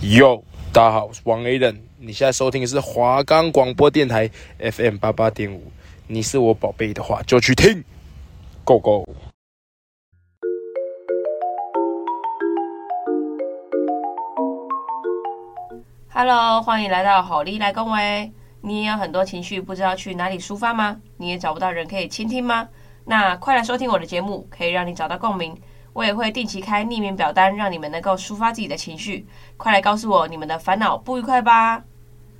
Yo，大家好，我是王 A 人。你现在收听的是华冈广播电台 FM 八八点五。你是我宝贝的话，就去听，Go Go。 Hello，欢迎来到好利来恭维。你也有很多情绪，不知道去哪里抒发吗？你也找不到人可以倾听吗？那快来收听我的节目，可以让你找到共鸣。我也会定期开匿名表单，让你们能够抒发自己的情绪。快来告诉我你们的烦恼不愉快吧！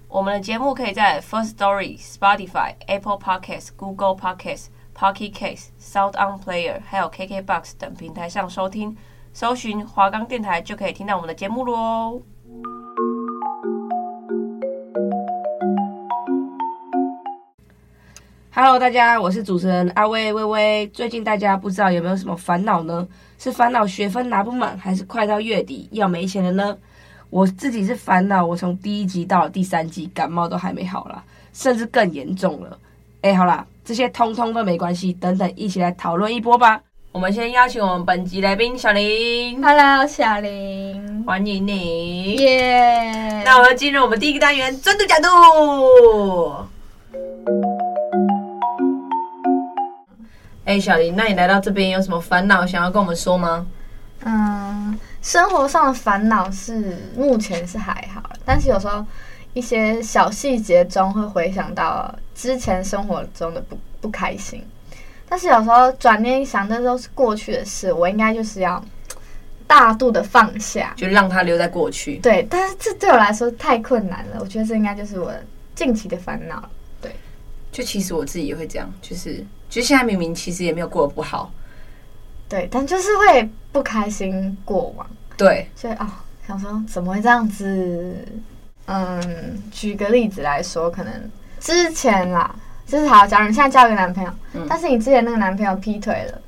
我们的节目可以在 First Story、Spotify、Apple Podcasts、Google Podcasts、Pocket Casts、Sound On Player 还有 KKBox 等平台上收听，搜寻华冈电台就可以听到我们的节目喽。Hello，大家，我是主持人阿威微微。最近大家不知道有没有什么烦恼呢？是烦恼学分拿不满，还是快到月底要没钱了呢？我自己是烦恼，我从第一集到第三集感冒都还没好啦，甚至更严重了。哎，好啦，这些通通都没关系，等等一起来讨论一波吧。我们先邀请我们本集来宾小林， Hello，小林，欢迎你。耶！那我们进入我们第一个单元，尊嘟假度。哎、小林，那你来到这边有什么烦恼想要跟我们说吗？嗯，生活上的烦恼是目前是还好，但是有时候一些小细节中会回想到之前生活中的不不开心，但是有时候转念一想，这都是过去的事，我应该就是要大度的放下。就让它留在过去。对，但是这对我来说太困难了，我觉得这应该就是我近期的烦恼。就其实我自己也会这样，就是就现在明明其实也没有过得不好，对，但就是会不开心过往。对，所以啊、想说怎么会这样子？嗯，举个例子来说，可能之前啦，就是好，假如你现在交一个男朋友，嗯但是你之前那个男朋友劈腿了，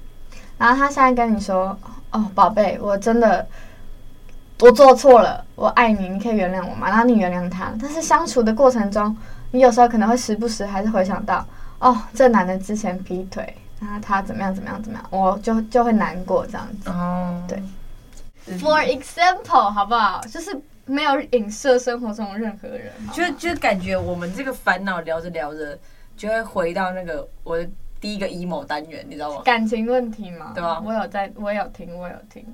然后他现在跟你说：“哦，宝贝，我真的我做错了，我爱你，你可以原谅我吗？”然后你原谅他，但是相处的过程中，你有时候可能会时不时还是回想到：“哦，这男的之前劈腿，然后他怎么样怎么样怎么样，我就就会难过这样子。”哦，对 For example，好不好？就是没有影射生活中的任何人。就就感觉我们这个烦恼聊着聊着，就会回到那个我的第一个 emo 单元，你知道吗？感情问题嘛，对啊我有在，我有听，我有听。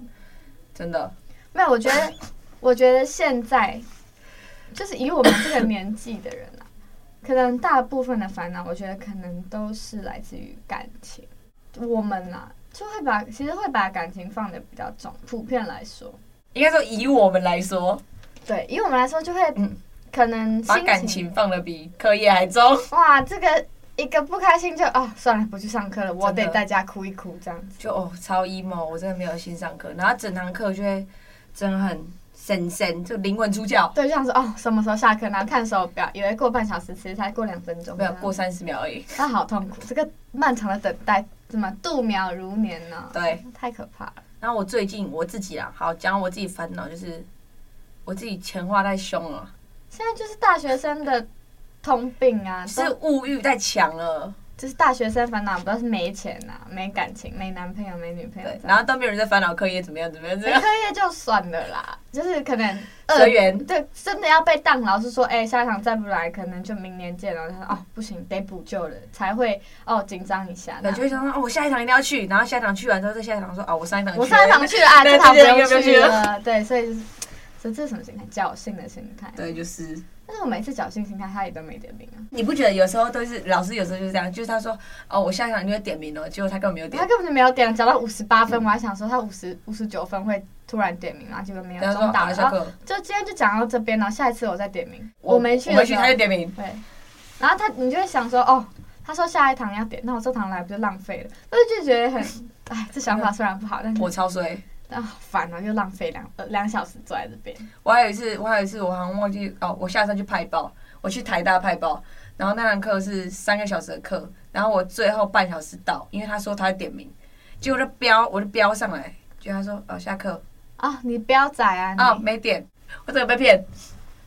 真的，没有，我觉得，我觉得现在就是以我们这个年纪的人啊， 可能大部分的烦恼，我觉得可能都是来自于感情。我们啊，就会把其实会把感情放的比较重，普遍来说，应该说以我们来说，对，以我们来说就会，嗯可能把心感情放的比课业还重。哇，这个一个不开心就啊、算了，不去上课了，我真得的在家哭一哭这样子。就哦超 emo，我真的没有心上课，然后整堂课就会真的很神神，就灵魂出窍，对，就想说哦，什么时候下课？然后看手表，以为过半小时，其实才过两分钟。没有过，三十秒而已。那好痛苦，这个漫长的等待，怎么度秒如年呢、对，太可怕了。然后我最近我自己啦，好讲我自己烦恼就是我自己钱花太凶了，现在就是大学生的通病啊，是都物欲太强了，就是大学生烦恼，不都是没钱啊，没感情，没男朋友，没女朋友对，这样。然后都没有人在烦恼课业怎么样怎么样怎么没样课，业就算了啦，就是可能随缘对，真的要被当老师说，哎、下一场再不来，可能就明年见了。他说，哦，不行，得补救了，才会哦紧张一下。对，就会想说哦，我下一堂一定要去，然后下一堂去完之后，再下一堂说哦，我上一堂去我上一场去了啊，对这场不这用个去不用了。对，所以就是，所以这是什么心态？侥幸的心态。对，就是但是我每次侥幸心态，他也都没点名啊，你不觉得有时候都是老师有时候就是这样，就是他说哦，我下一堂就会点名了，结果他根本没有点他，根本就没有点，讲到五十八嗯分，我还想说他五十五十九分会突然点名，然后结果没有然后说中打啊了。下然课后就今天就讲到这边，然后下一次我再点名。我没去我没的去时候他，就点名，对，然后他你就会想说，哦，他说下一堂要点，那我这堂来不就浪费了？但是就觉得很，哎，这想法虽然不好，但是我超衰。啊烦啊，又浪费两呃两小时坐在这边。我还有一次，我还有一次，我好像忘记哦，我下山去派报，我去台大派报，然后那堂课是三个小时的课，然后我最后半小时到，因为他说他会点名，结果就标，我就标上来，结果他说哦下课啊，你不要宰啊！你哦没点，我怎么被骗？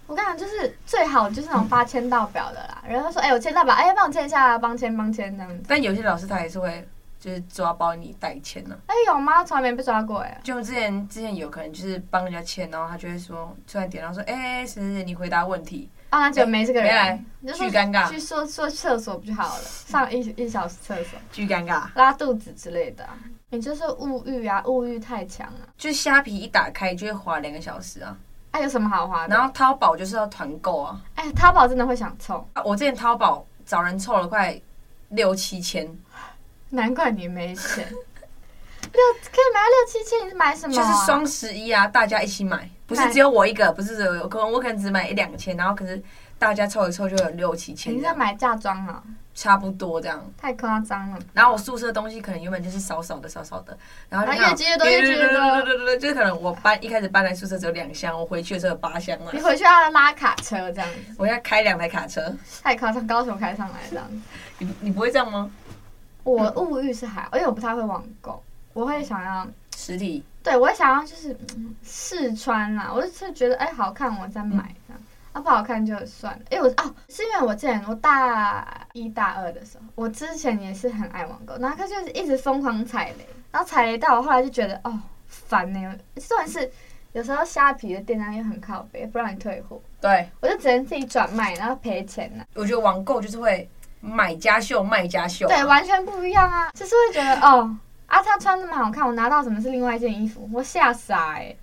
我跟你讲，就是最好就是嗯那种发签到表的啦。然后说，哎、我签到表，哎、帮我签一下啊，帮签帮签这样子。但有些老师他还是会就是抓包你代签呢、哎、有吗？从来没被抓过哎。就之前之前有可能就是帮人家签，然后他就会说突然点到说，哎、谁谁谁，你回答问题，哦，那就没这个人。没来你就说巨尴尬去说说厕所不就好了？上一一小时厕所，巨尴尬。拉肚子之类的啊、你就是物欲啊，物欲太强了、啊。就虾皮一打开就会花两个小时啊，哎、有什么好花的？然后淘宝就是要团购啊。哎、淘宝真的会想凑，啊我之前淘宝找人凑了快六七千，难怪你没钱。六可以买到六七千，你是买什么、就啊？是双十一啊，大家一起买，不买是只有我一个，不是只有我可能我可能只买一两千，然后可是大家凑一凑就有六七千你这在样，买嫁妆啊？差不多这样。太夸张了。然后我宿舍的东西可能原本就是少少的、少少的，然后就啊看到越积越多越积越多对对对对对就是可能我搬一开始搬来宿舍只有两箱，我回去的时候有八箱了你。回去要拉卡车这样子，我要开两台卡车，太夸张，高手开上来这样子。你你不会这样吗？我物欲是还好，因为我不太会网购，我会想要，实体对我会想要就是嗯试穿啦，我就是觉得哎、好看我再买这样，啊不好看就算了。因为我哦是因为我之前我大一大二的时候，我之前也是很爱网购，然后他就是一直疯狂踩雷，然后踩雷到我后来就觉得哦烦呢、重点是有时候虾皮的店家又很靠北，不让你退货，对，我就只能自己转卖，然后赔钱呐、我觉得网购就是会买家秀、卖家秀，啊对，完全不一样啊！就是会觉得哦，啊，他穿这么好看，我拿到怎么是另外一件衣服，我吓傻哎、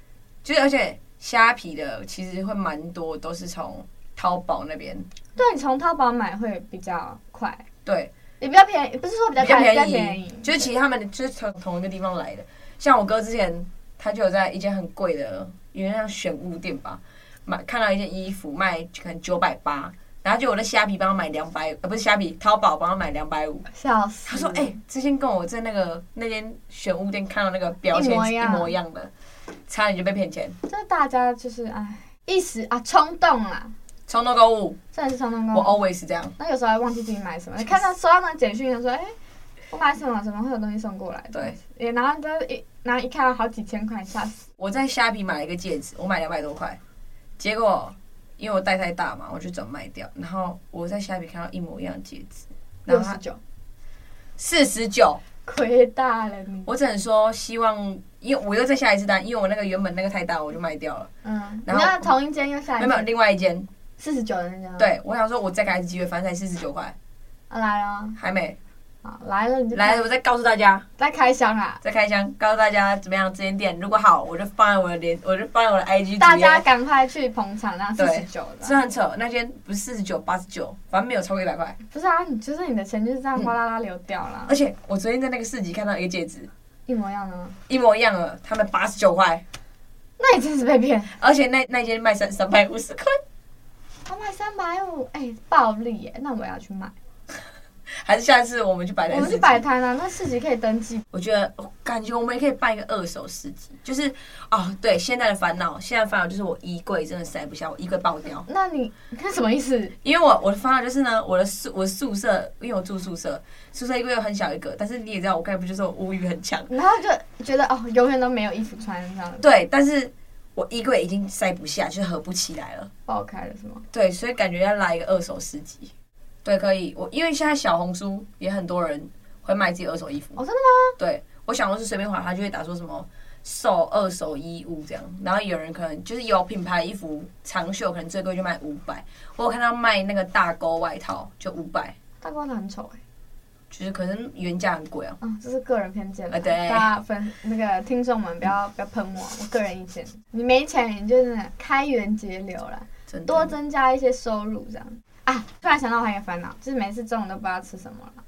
就是而且虾皮的其实会蛮多都是从淘宝那边，对你从淘宝买会比较快，对，也比较便宜，不是说比较比较快，比较便便宜宜，，就是其实他们就是从同一个地方来的。像我哥之前他就有在一间很贵的，有点像选物店吧，买看到一件衣服卖可能九百八，然后就我在虾皮帮他买两百，呃不是虾皮，淘宝帮他买两百五。笑死。他说：“哎、之前跟我在那个那间选物店看到那个标一签模一是一样模一样的，差点就被骗钱，这大家就是哎，一时啊冲动啦，冲动购物，真的是冲动我购物。 always 这样。那有时候还忘记自己买什么，你看到收到那简讯就说，哎、我买什么？怎么会有东西送过来？对，也然后就一然后一看到好几千块，吓 死！我在虾皮买了一个戒指，我买两百多块，结果因为我戴太大嘛，我就转卖掉。然后我在虾皮看到一模一样的戒指，然六后十它九，四十九，亏大了你。我只能说希望，因为我又再下一次单，因为我那个原本那个太大，我就卖掉了。嗯，你然后要同一间又下没一有没有，间，另外一间，四十九的那间吗，对我想说我再给他一次机会，反正才四十九块，啊来了。还没好，来了你就来，开我再告诉大家，再开箱啊啦！再开箱，告诉大家怎么样这间店，如果好，我就放在我的脸，我就放在我的 IG 大直家接。赶快去捧场，然后四十对九这的，很扯，那间不是四十九，八十九，反正没有超过一百块。不是啊？你就是你的钱就是这样嗯哗啦啦流掉啦，而且我昨天在那个市集看到一个戒指，一模一样的吗？一模一样的，他们八十九块，那你真是被骗，而且那那间卖三三百五十块，我卖三百五，哎，暴利耶！那我要去买，还是下次我们去摆摊？我们去摆。摊啊，那市集可以登记，我觉得我感觉我们也可以办一个二手市集，就是哦，对，现在的烦恼，现在的烦恼就是我衣柜真的塞不下，我衣柜爆掉。那你看什么意思？因为我我的烦恼就是呢，我的宿我的宿舍，因为我住宿舍，宿舍衣柜又很小一个，但是你也知道，我刚才不就说我物欲很强？然后就觉得哦，永远都没有衣服穿，这样对，但是我衣柜已经塞不下，就是合不起来了。爆开了是吗？对，所以感觉要来一个二手市集。对，可以。我因为现在小红书也很多人会卖自己二手衣服。哦，真的吗？对，我想我是随便划，他就会打说什么售二手衣物这样。然后有人可能就是有品牌衣服长袖，可能最贵就卖五百。我有看到卖那个大勾外套就五百，大光头很丑哎，就是可能原价很贵啊。啊，这是个人偏见啦，啊对大家粉那个听众们不要不要喷我，我个人意见，你没钱你就是开源节流啦。真的多增加一些收入，这样啊。突然想到我还有一个烦恼，就是每次中午都不知道吃什么了。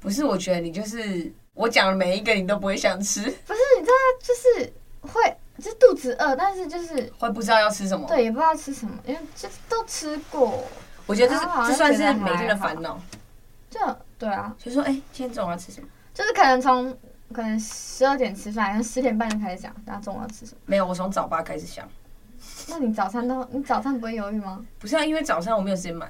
不是，我觉得你就是我讲的每一个你都不会想吃，不是，你知道，就是会，就是肚子饿，但是就是会不知道要吃什么。对，也不知道吃什么，因为就是都吃过，我觉得这是啊好像这算觉是得每天的还好烦恼，就对啊，就说哎、今天中午要吃什么？就是可能从可能十二点吃饭，然后十点半就开始讲，然后中午要吃什么。没有，我从早八开始想。那你早餐都，你早餐不会犹豫吗？不是、啊，因为早上我没有时间买，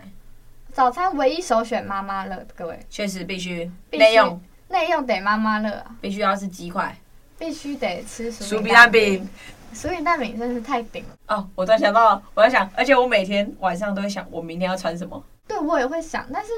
早餐唯一首选妈妈乐，各位确实必须必须内用，内用得妈妈乐啊，必须要是鸡块、必须得吃薯薯饼饼蛋蛋饼饼。。薯饼蛋饼真是太顶了。哦，我突然想到了，我在想，而且我每天晚上都会想，我明天要穿什么。对我也会想，但是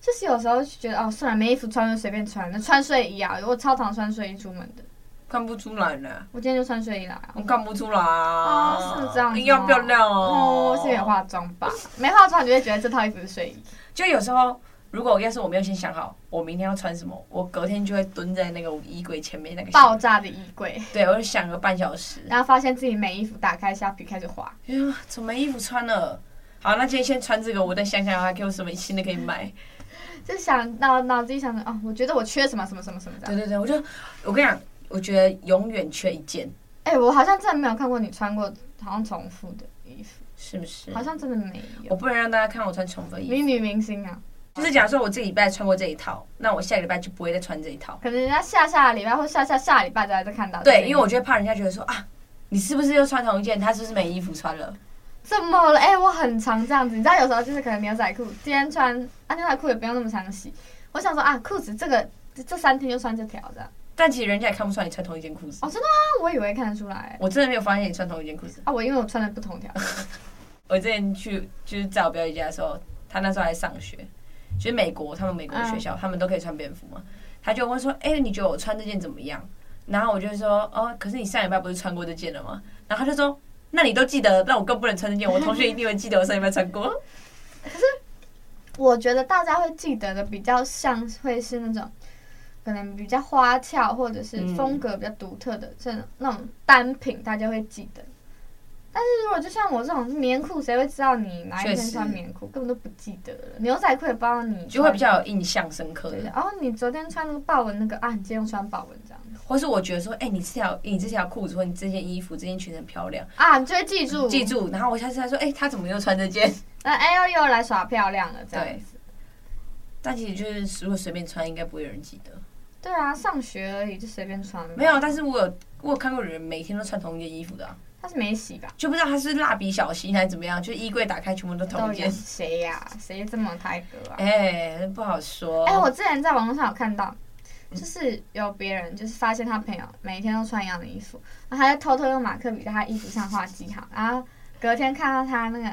就是有时候就觉得哦，算了，没衣服穿就随便穿，那穿睡衣啊，我超常穿睡衣出门的，看不出来呢，我今天就穿睡衣来啊。我看不出来哦，啊是这样子吗，一定要漂亮哦，哦，是没化妆吧？没化妆，你就会觉得这套衣服是睡 衣。就有时候，如果要是我没有先想好我明天要穿什么，我隔天就会蹲在那个我衣柜前面那个爆想，炸的衣柜，对我就想个半小时，然后发现自己没衣服，打开虾皮开始滑。哎呀，怎么衣服穿了？好，那今天先穿这个，我再想想还有什么新的可以买。就想脑脑子里想着哦，我觉得我缺什么什么什么什么的对。对对，我就我跟你讲，我觉得永远缺一件，哎、我好像真的没有看过你穿过好像重复的衣服，是不是？好像真的没嗯我有。不能让大家看我穿重复的衣服，你女明星啊，就是假如说我这礼拜穿过这一套，那我下个礼拜就不会再穿这一套。可能人家下下礼拜或下下下礼拜才会再看到这个衣服。对，因为我就会怕人家觉得说啊，你是不是又穿同一件？他是不是没衣服穿了？怎么了？哎、我很常这样子，你知道，有时候就是可能牛仔裤今天穿啊，牛仔裤也不用那么常洗。我想说啊，裤子这个这这三天就穿这条这样。但其实人家也看不出来你穿同一件裤子哦。啊，我以为看得出来我真的没有发现你穿同一件裤子。啊，我因为我穿的不同条。我之前去就是在我表姐家的时候，她那时候还上学，就是美国，他们美国的学校，嗯他们都可以穿便服嘛。她就问说：“哎、你觉得我穿这件怎么样？”然后我就说：“哦，可是你上礼拜不是穿过这件了吗？”然后她就说：“那你都记得，那我更不能穿这件。我同学一定会记得我上礼拜穿 过。我觉得大家会记得的比较像会是那种，可能比较花俏或者是风格比较独特的这种那种单品，大家会记得。但是如果就像我这种棉裤，谁会知道你哪一确天实穿棉裤，根本都不记得了。牛仔裤也不知道你”就会穿比较有印象深刻对的的。，哦，你昨天穿那个豹纹那个啊，你今天又穿豹纹这样子或是我觉得说：“哎、你这条你这条裤子或你这件衣服、这件裙很漂亮，啊，你就会记住，记。住。”然后我下次她说：“哎、她怎么又穿这件 那哎呦，又来耍漂亮了这样子。？”但其实就是如果随便穿，应该不会有人记得。对啊，上学而已就随便穿了。没有，，但是我有我有看过有人每天都穿同一件衣服的啊、他是没洗吧？就不知道他是蜡笔小新还是怎么样，就衣柜打开全部都同到一底件。谁呀、谁这么抬格啊？哎、不好说。哎、我之前在网络上有看到，就是有别人就是发现他朋友每天都穿一样的衣服，然后他就偷偷用马克笔在他衣服上画记号，然后隔天看到他那个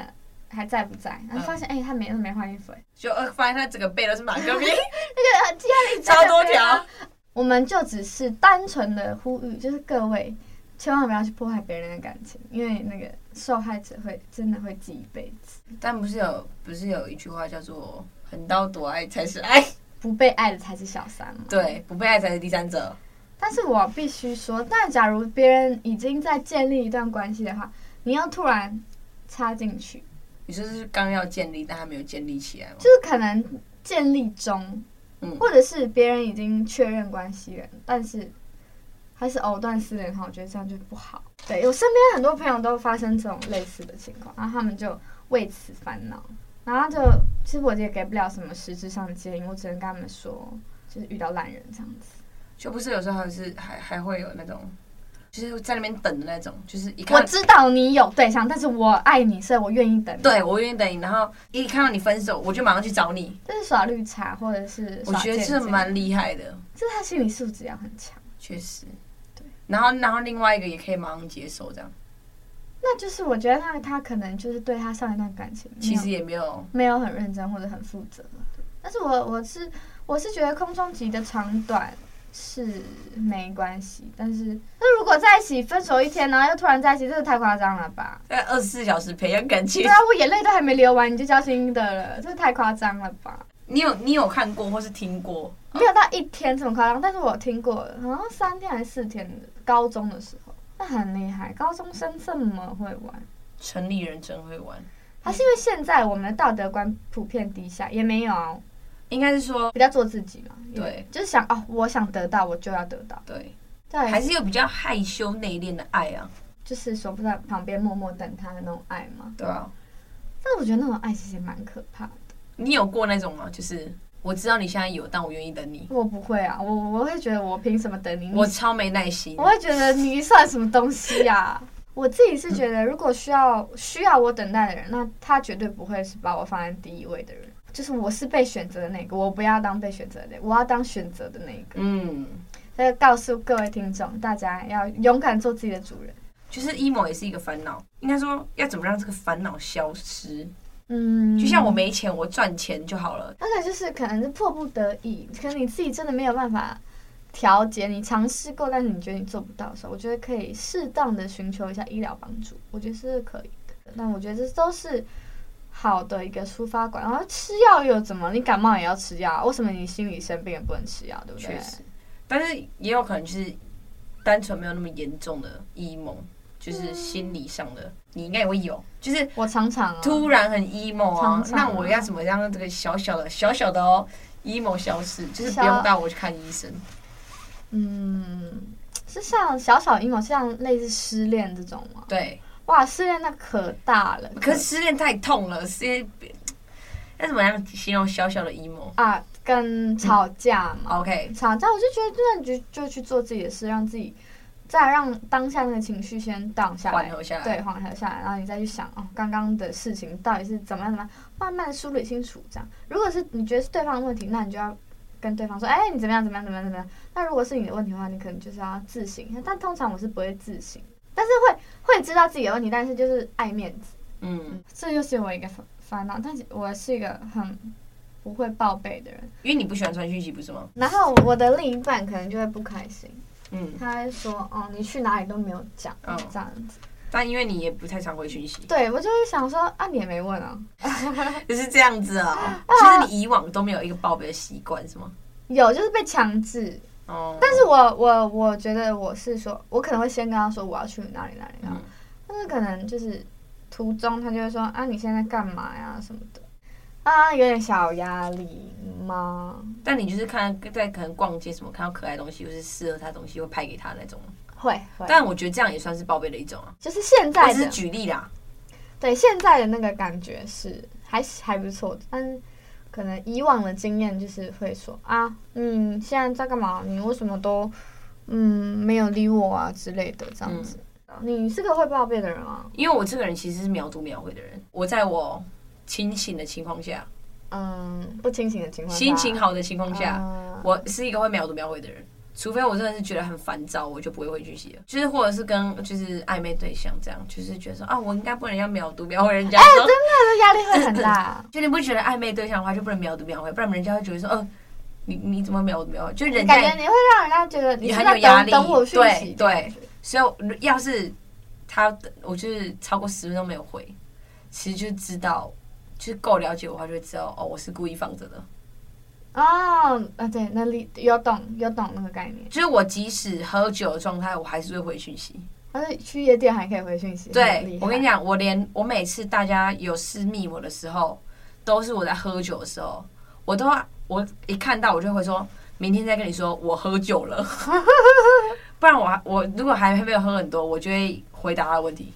还在不在，然后发现哎、他每天都没换衣服、哎，就呃发现他整个背都是马 克笔，那 个记号里超多啊条。我们就只是单纯的呼吁，就是各位千万不要去破坏别人的感情，因为那个受害者会真的会记一辈子。但不是有不是有一句话叫做“横刀夺爱才是爱不被爱的才是小三嘛”，。对，不被爱才是第三者。但是我必须说，那假如别人已经在建立一段关系的话，你要突然插进去，你说是刚要建立，但还没有建立起来吗就？是可能建立中，嗯或者是别人已经确认关系了，但是还是藕断丝连的话，我觉得这样就不好。对我身边很多朋友都发生这种类似的情况，然后他们就为此烦恼，然后就其实我也给不了什么实质上的建议，我只能跟他们说，就是遇到烂人这样子。就不是有时候还是还还会有那种，就是在那边等的那种，就是一我看。知道你有对象，但是我爱你，所以我愿意等你。对，我愿意等你。然后一看到你分手，我就马上去找你。就是耍绿茶或者是我耍觉得贱这之类蛮的，厉害的。就是他心理素质要很强。确实，对。然后，然后另外一个也可以马上接受，这样那就是我觉得他他可能就是对他上一段感情没有其实也没有没有很认真或者很负责，但是我我是我是觉得空窗期的长短是没关系，但是那如果在一起分手一天，然后又突然在一起，这个太夸张了吧？在二十四小时培养感情对。啊，我眼泪都还没流完你就交新的了，这太夸张了吧？你有你有看过或是听过？没有到一天这么夸张，但是我听过，好像三天还是四天的，高中的时候，那很厉害，高中生这么会玩，城里人真会玩，还是因为现在我们的道德观普遍低下，也没有啊应该是说比较做自己嘛，也对，就是想哦，我想得到我就要得到，对，对，还是有比较害羞内敛的爱啊，就是说不在旁边默默等他的那种爱嘛。对啊。但我觉得那种爱其实也蛮可怕的。你有过那种吗？就是我知道你现在有，但我愿意等你。我不会啊，我我会觉得我凭什么等你？你嗯我超没耐心我，会觉得你算什么东西呀、 我自己是觉得，如果需要需要我等待的人，那他绝对不会是把我放在第一位的人。就是我是被选择的那个，我不要当被选择的那个，我要当选择的那一个。嗯，所以告诉各位听众，大家要勇敢做自己的主人。就是 emo 也是一个烦恼，应该说要怎么让这个烦恼消失？嗯，就像我没钱，我赚钱就好了。那个就是可能是迫不得已，可能你自己真的没有办法调节，你尝试过，但是你觉得你做不到的时候，我觉得可以适当的寻求一下医疗帮助，我觉得是可以的。那我觉得这都是好的一个抒发管。然后吃药又怎么？你感冒也要吃药啊，为什么你心理生病也不能吃药？对不对确？实，但是也有可能就是单纯没有那么严重的 emo，就是心理上嗯的，你应该也会有，就是我常常、哦、突然很 emo 啊常，常啊那我要怎么让这个小小的、小小的哦 emo 消失？就是不小用带我去看医生。嗯，是像小小阴谋，像类似失恋这种吗？对，哇，失恋那可大了，可是失恋太痛了，失恋那怎么样形容小小的 emo？OK，、啊，跟吵架嘛， OK，吵架我就觉得真的就就去做自己的事，让自己再让当下那个情绪先 down 下缓来，和下来。对，缓和下来，然后你再去想哦，刚刚的事情到底是怎么样怎么样，慢慢地梳理清楚这样。如果是你觉得是对方的问题，那你就要跟对方说，哎，你怎么样怎么样怎么样怎么样。那如果是你的问题的话，你可能就是要自省，但通常我是不会自省，但是会会知道自己的问题，但是就是爱面子，嗯，这就是我一个烦烦恼。但是我是一个很不会报备的人。因为你不喜欢传讯息，不是吗？然后我的另一半可能就会不开心，嗯，他会说：“哦，你去哪里都没有讲，嗯这样子。但因为你也不太常回讯息”，对我就会想说：“啊，你也没问啊。就是这样子啊、就是你以往都没有一个报备的习惯，是吗？”有就是被强制，哦，但是我我我觉得我是说，我可能会先跟他说我要去哪里哪里哪里，嗯但是可能就是途中他就会说：“啊，你现在干嘛呀什么的。”啊，有点小压力吗？但你就是看在可能逛街什么看到可爱的东西，或是适合他的东西，会拍给他那种。会会，但我觉得这样也算是报备的一种啊。就是现我在只是的举例啦，对现在的那个感觉是还还不错的，但是可能以往的经验就是会说啊，嗯，现在在干嘛？你为什么都嗯没有理我啊之类的这样子。嗯你是个会报备的人啊，因为我这个人其实是秒读秒回的人。我在我清醒的情况下，嗯，不清醒的情况下，心情好的情况下，嗯我是一个会秒读秒回的人，除非我真的是觉得很烦躁，我就不会回讯息了。就是或者是跟就是暧昧对象这样，就是觉得说啊，我应该不能要秒读秒回人家。哎、，真的压力会很大 就你不觉得暧昧对象的话就不能秒读秒回，不然人家会觉得说，哦、你你怎么秒读秒回？就人家感觉你会让人家觉得你你是很在有压力等等我讯息，对对，所以要是他，我就是超过十分钟没有回，其实就知道，就是够了解我的话，就会知道哦，我是故意放着的。哦，啊对，那里有懂有懂那个概念，就是我即使喝酒的状态，我还是会回讯息。而且去夜店还可以回讯息，很对厉，害我跟你讲，我连我每次大家有私密我的时候，都是我在喝酒的时候，我都我一看到我就会说，明天再跟你说我喝酒了。 不然我还我如果还没有喝很多，我就会回答他的问题。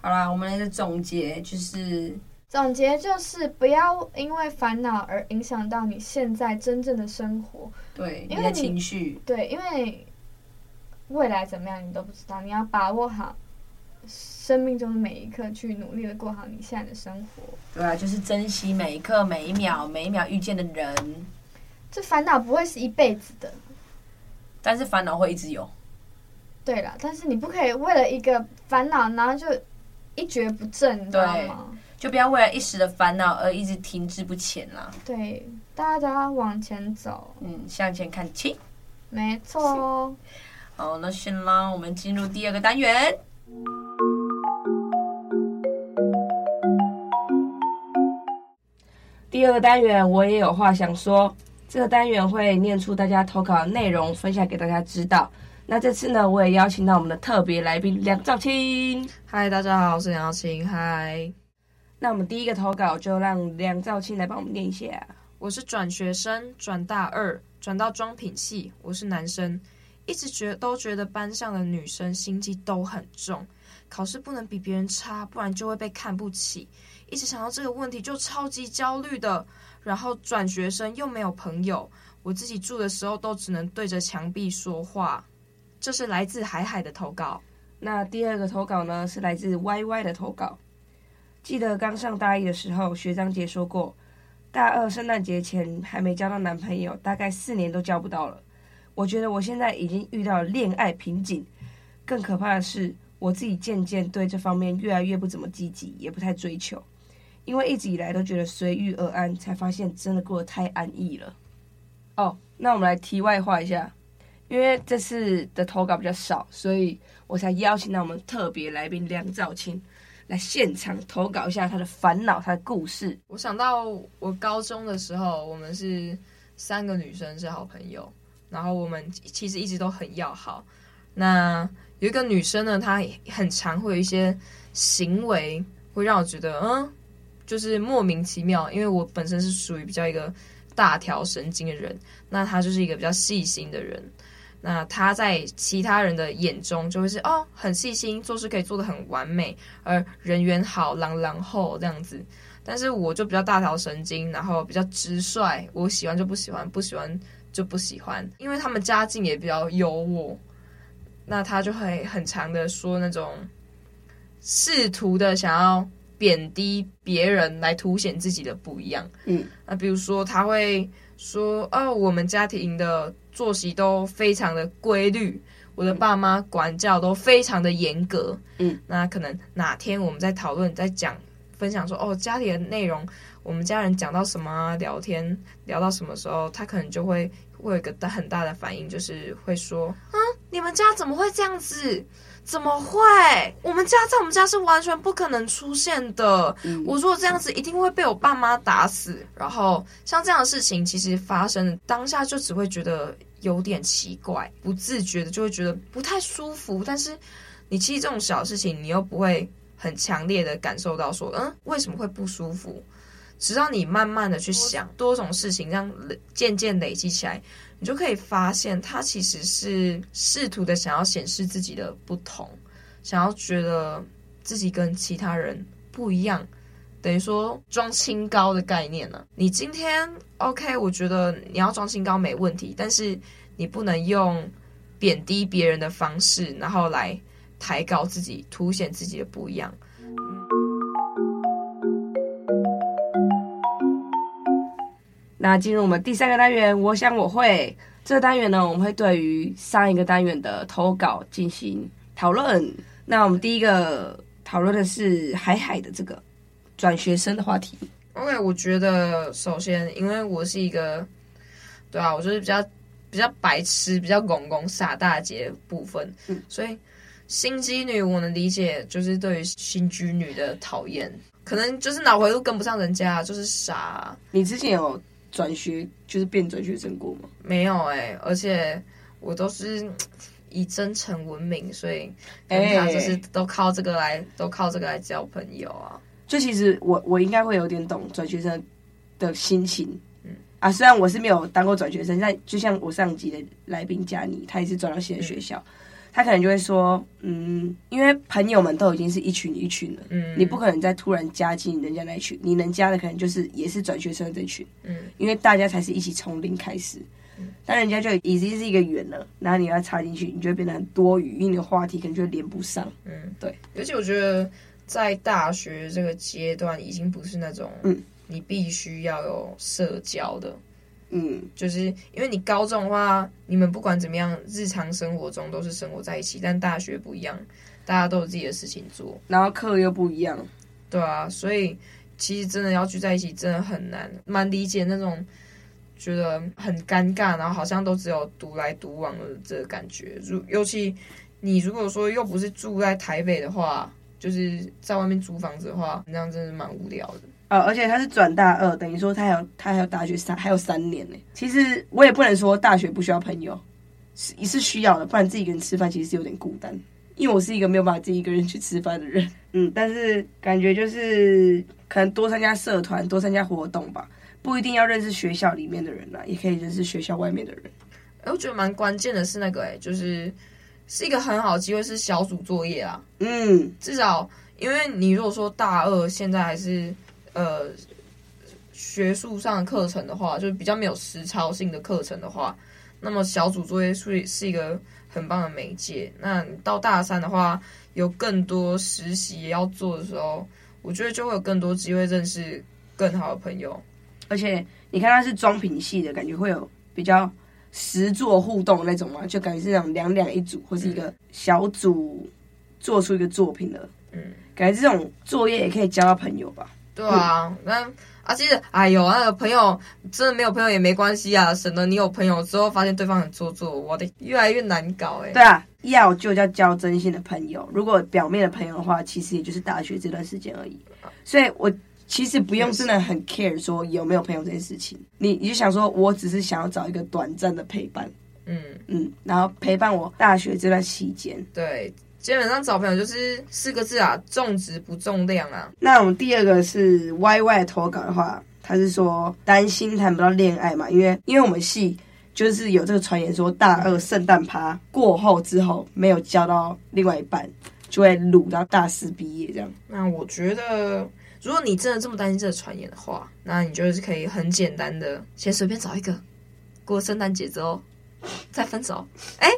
好啦，我们的总结就是，总结就是不要因为烦恼而影响到你现在真正的生活。对因为你的你情绪，对，因为未来怎么样你都不知道，你要把握好生命中的每一刻，去努力的过好你现在的生活。对啊，就是珍惜每一刻、每一秒、每一秒遇见的人，这烦恼不会是一辈子的，但是烦恼会一直有。对了，但是你不可以为了一个烦恼，然后就一蹶不振，你知道吗？就不要为了一时的烦恼而一直停滞不前啦。对，大家都要往前走，嗯，向前看齐。没错哦。好，那先啦，我们进入第二个单元。第二个单元，我也有话想说。这个单元会念出大家投稿的内容，分享给大家知道。那这次呢，我也邀请到我们的特别来宾梁兆清。嗨，大家好，我是杨耀清。嗨，那我们第一个投稿就让梁兆清来帮我们念一下。我是转学生，转大二，转到装品系。我是男生，一直觉都觉得班上的女生心机都很重，考试不能比别人差，不然就会被看不起。一直想到这个问题就超级焦虑的。然后转学生又没有朋友，我自己住的时候都只能对着墙壁说话。这是来自海海的投稿。那第二个投稿呢，是来自 YY 的投稿。记得刚上大一的时候，学长姐说过，大二圣诞节前还没交到男朋友，大概四年都交不到了。我觉得我现在已经遇到了恋爱瓶颈，更可怕的是，我自己渐渐对这方面越来越不怎么积极，也不太追求。因为一直以来都觉得随遇而安，才发现真的过得太安逸了。哦，那我们来题外话一下，因为这次的投稿比较少，所以我才邀请到我们特别来宾梁兆清来现场投稿一下他的烦恼、他的故事。我想到我高中的时候，我们是三个女生是好朋友，然后我们其实一直都很要好。那有一个女生呢，她很常会有一些行为，会让我觉得嗯，就是莫名其妙。因为我本身是属于比较一个大条神经的人，那她就是一个比较细心的人。那她在其他人的眼中就会是哦，很细心，做事可以做得很完美，而人缘好，朗朗后这样子。但是我就比较大条神经，然后比较直率，我喜欢就不喜欢，不喜欢就不喜欢。因为他们家境也比较优渥，那他就会很常的说那种试图的想要贬低别人来凸显自己的不一样。嗯，那比如说他会说哦，我们家庭的作息都非常的规律。我的爸妈管教都非常的严格，嗯，那可能哪天我们在讨论，在讲分享说哦，家里的内容，我们家人讲到什么啊，聊天聊到什么时候，他可能就会会有一个大很大的反应，就是会说，嗯，你们家怎么会这样子？怎么会？我们家在我们家是完全不可能出现的。我如果这样子，一定会被我爸妈打死。然后像这样的事情，其实发生当下就只会觉得有点奇怪，不自觉的就会觉得不太舒服。但是你其实这种小事情，你又不会很强烈的感受到说，嗯，为什么会不舒服？直到你慢慢的去想多种事情，让累渐渐累积起来，你就可以发现，他其实是试图的想要显示自己的不同，想要觉得自己跟其他人不一样，等于说装清高的概念呢、你今天 OK，我觉得你要装清高没问题，但是你不能用贬低别人的方式，然后来抬高自己，凸显自己的不一样。那进入我们第三个单元，我想我会这个单元呢，我们会对于上一个单元的投稿进行讨论。那我们第一个讨论的是海海的这个转学生的话题。 OK，我觉得首先，因为我是一个，对啊，我就是比较比较白痴、比较拱拱傻大姐的部分，嗯所以心机女我能理解，就是对于心机女的讨厌，可能就是脑回路跟不上人家，就是傻，你之前有转学，就是变转学生过吗？没有哎、而且我都是以真诚闻名，所以跟哎她就是都靠这个来，都靠这个来交朋友啊。就其实我我应该会有点懂转学生的心情。嗯啊，虽然我是没有当过转学生，但就像我上集的来宾佳妮，她也是转到新的学校，嗯她可能就会说，嗯，因为朋友们都已经是一群一群了，嗯，你不可能再突然加进人家那一群，你能加的可能就是也是转学生这群，嗯，因为大家才是一起从零开始，但人家就已经是一个圆了，然后你要插进去，你就会变得很多余，因为你的话题可能就会连不上。嗯，对。而且我觉得在大学这个阶段，已经不是那种嗯你必须要有社交的，嗯，就是因为你高中的话，你们不管怎么样，日常生活中都是生活在一起，但大学不一样，大家都有自己的事情做，然后课又不一样，对啊，所以其实真的要聚在一起真的很难，蛮理解那种。觉得很尴尬，然后好像都只有独来独往的这个感觉。如尤其你如果说又不是住在台北的话，就是在外面租房子的话，那样真的蛮无聊的。呃，而且他是转大二，等于说他还有他还有大学三还有三年呢。其实我也不能说大学不需要朋友，是是需要的，不然自己一个人吃饭其实是有点孤单。因为我是一个没有办法自己一个人去吃饭的人，嗯，但是感觉就是可能多参加社团，多参加活动吧，不一定要认识学校里面的人啊啦，也可以认识学校外面的人。哎，我觉得蛮关键的是那个、哎，就是是一个很好的机会，是小组作业啊。嗯，至少，因为你如果说大二现在还是呃学术上的课程的话，就是比较没有实操性的课程的话，那么小组作业是是一个很棒的媒介。那你到大三的话，有更多实习要做的时候，我觉得就会有更多机会认识更好的朋友。而且你看他是装品系的，感觉会有比较实作互动那种嘛，就感觉是那种两两一组或是一个小组做出一个作品的，嗯，感觉这种作业也可以交到朋友吧。对啊，那啊，其实哎呦，那个朋友真的没有朋友也没关系啊，省得你有朋友之后发现对方很做作，我的越来越难搞哎、对啊，要就要交真心的朋友，如果表面的朋友的话，其实也就是大学这段时间而已。所以我其实不用真的很 care 说有没有朋友这件事情，你你就想说，我只是想要找一个短暂的陪伴，嗯，嗯，然后陪伴我大学这段期间。对，基本上找朋友就是四个字啊，重质不重量啊。那我们第二个是 Y Y 投稿的话，他是说担心谈不到恋爱嘛，因为因为我们系就是有这个传言说大二圣诞趴过后之后没有交到另外一半，就会鲁到大四毕业这样。那我觉得，如果你真的这么担心这个传言的话，那你就是可以很简单的先随便找一个过圣诞节之后 再分手。哎，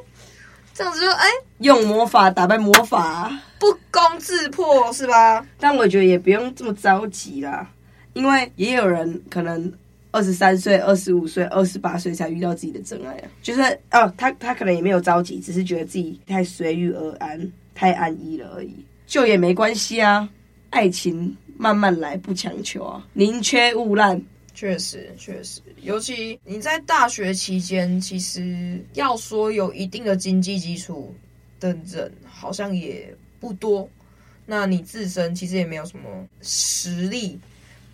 这样子就哎用魔法打败魔法，啊不攻自破是吧？但我觉得也不用这么着急啦，因为也有人可能二十三岁、二十五岁、二十八岁才遇到自己的真爱啊。就是哦，他他可能也没有着急，只是觉得自己太随遇而安、太安逸了而已，就也没关系啊。爱情慢慢来，不强求啊，宁缺毋滥。确实，确实，尤其你在大学期间，其实要说有一定的经济基础的人，好像也不多。那你自身其实也没有什么实力，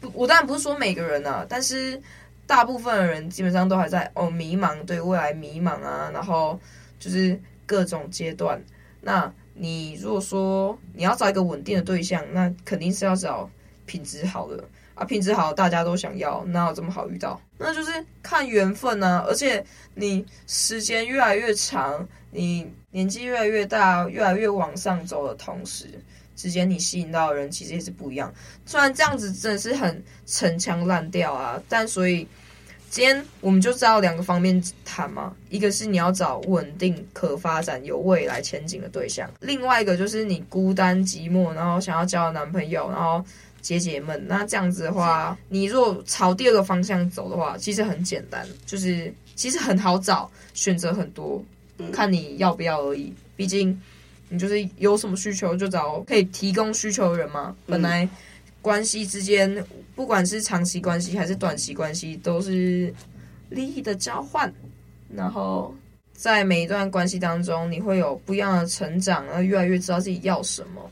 不，我当然不是说每个人啊，但是大部分的人基本上都还在哦迷茫，对未来迷茫啊，然后就是各种阶段。那你如果说你要找一个稳定的对象，那肯定是要找品质好的。啊，品质好，大家都想要，哪有这么好遇到？那就是看缘分啊。而且你时间越来越长，你年纪越来越大，越来越往上走的同时，之间你吸引到的人其实也是不一样。虽然这样子真的是很陈腔滥调啊，但所以今天我们就知道两个方面谈嘛，一个是你要找稳定、可发展、有未来前景的对象，另外一个就是你孤单寂寞，然后想要交男朋友，然后姐姐们，那这样子的话，你如果朝第二个方向走的话，其实很简单，就是其实很好找，选择很多，看你要不要而已。毕竟你就是有什么需求就找可以提供需求的人嘛。本来关系之间，不管是长期关系还是短期关系，都是利益的交换。然后在每一段关系当中，你会有不一样的成长，然后越来越知道自己要什么。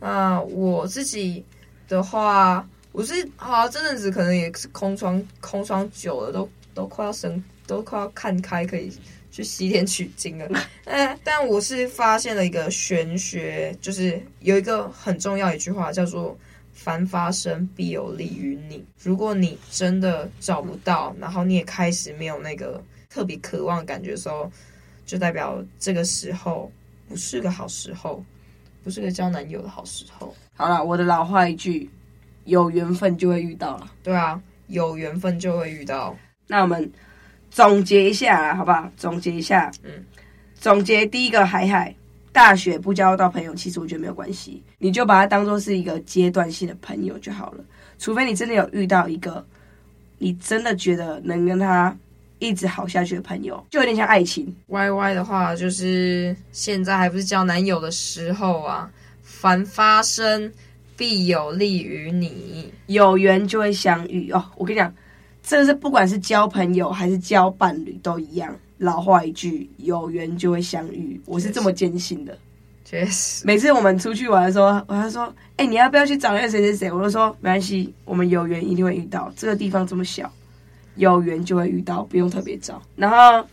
那我自己的话，我是好、啊、这阵子可能也是空窗空窗久了，都都快要生都快要看开，可以去西天取经了。 哎，但我是发现了一个玄学，就是有一个很重要一句话叫做“凡发生必有利于你”。如果你真的找不到，然后你也开始没有那个特别渴望的感觉的时候，就代表这个时候不是个好时候，不是个交男友的好时候。好啦，我的老话一句，有缘分就会遇到了。对啊，有缘分就会遇到。那我们总结一下啦，好不好？总结一下，嗯嗯，总结第一个，海海，大学不交到朋友，其实我觉得没有关系，你就把它当做是一个阶段性的朋友就好了。除非你真的有遇到一个你真的觉得能跟他一直好下去的朋友，就有点像爱情。 Y Y 的话，就是现在还不是交男友的时候啊，凡发生必有利于你。有缘就会相遇哦。我跟你讲，这是不管是交朋友还是交伴侣都一样。老话一句，有缘就会相遇，我是这么坚信的。确实，每次我们出去玩的时候，我他说：“哎、你要不要去找那个谁谁谁？”我就说：“没关系，我们有缘一定会遇到。这个地方这么小，有缘就会遇到，不用特别找。”然后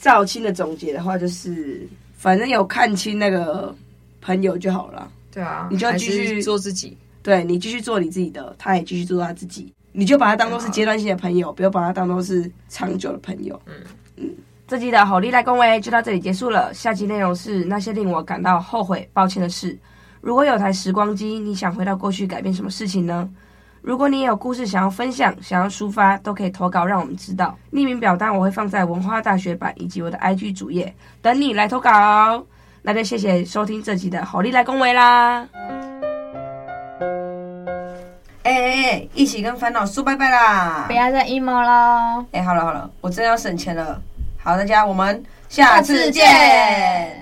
赵青的总结的话就是，反正有看清那个朋友就好了。对啊，你就要还继续是做自己。对你继续做你自己的，他也继续做他自己，你就把他当做是阶段性的朋友，不要把他当做是长久的朋友。嗯嗯，这集的好利来恭维就到这里结束了，下集内容是那些令我感到后悔、抱歉的事。如果有台时光机，你想回到过去改变什么事情呢？如果你也有故事想要分享、想要抒发，都可以投稿让我们知道。匿名表单我会放在文化大学版以及我的 IG 主页，等你来投稿。哦那就谢谢收听这集的好利来恭维啦！哎哎哎，一起跟烦恼说拜拜啦不！要再 emo 喽。哎、好了好了，我真的要省钱了。好，大家我们下次下次见见。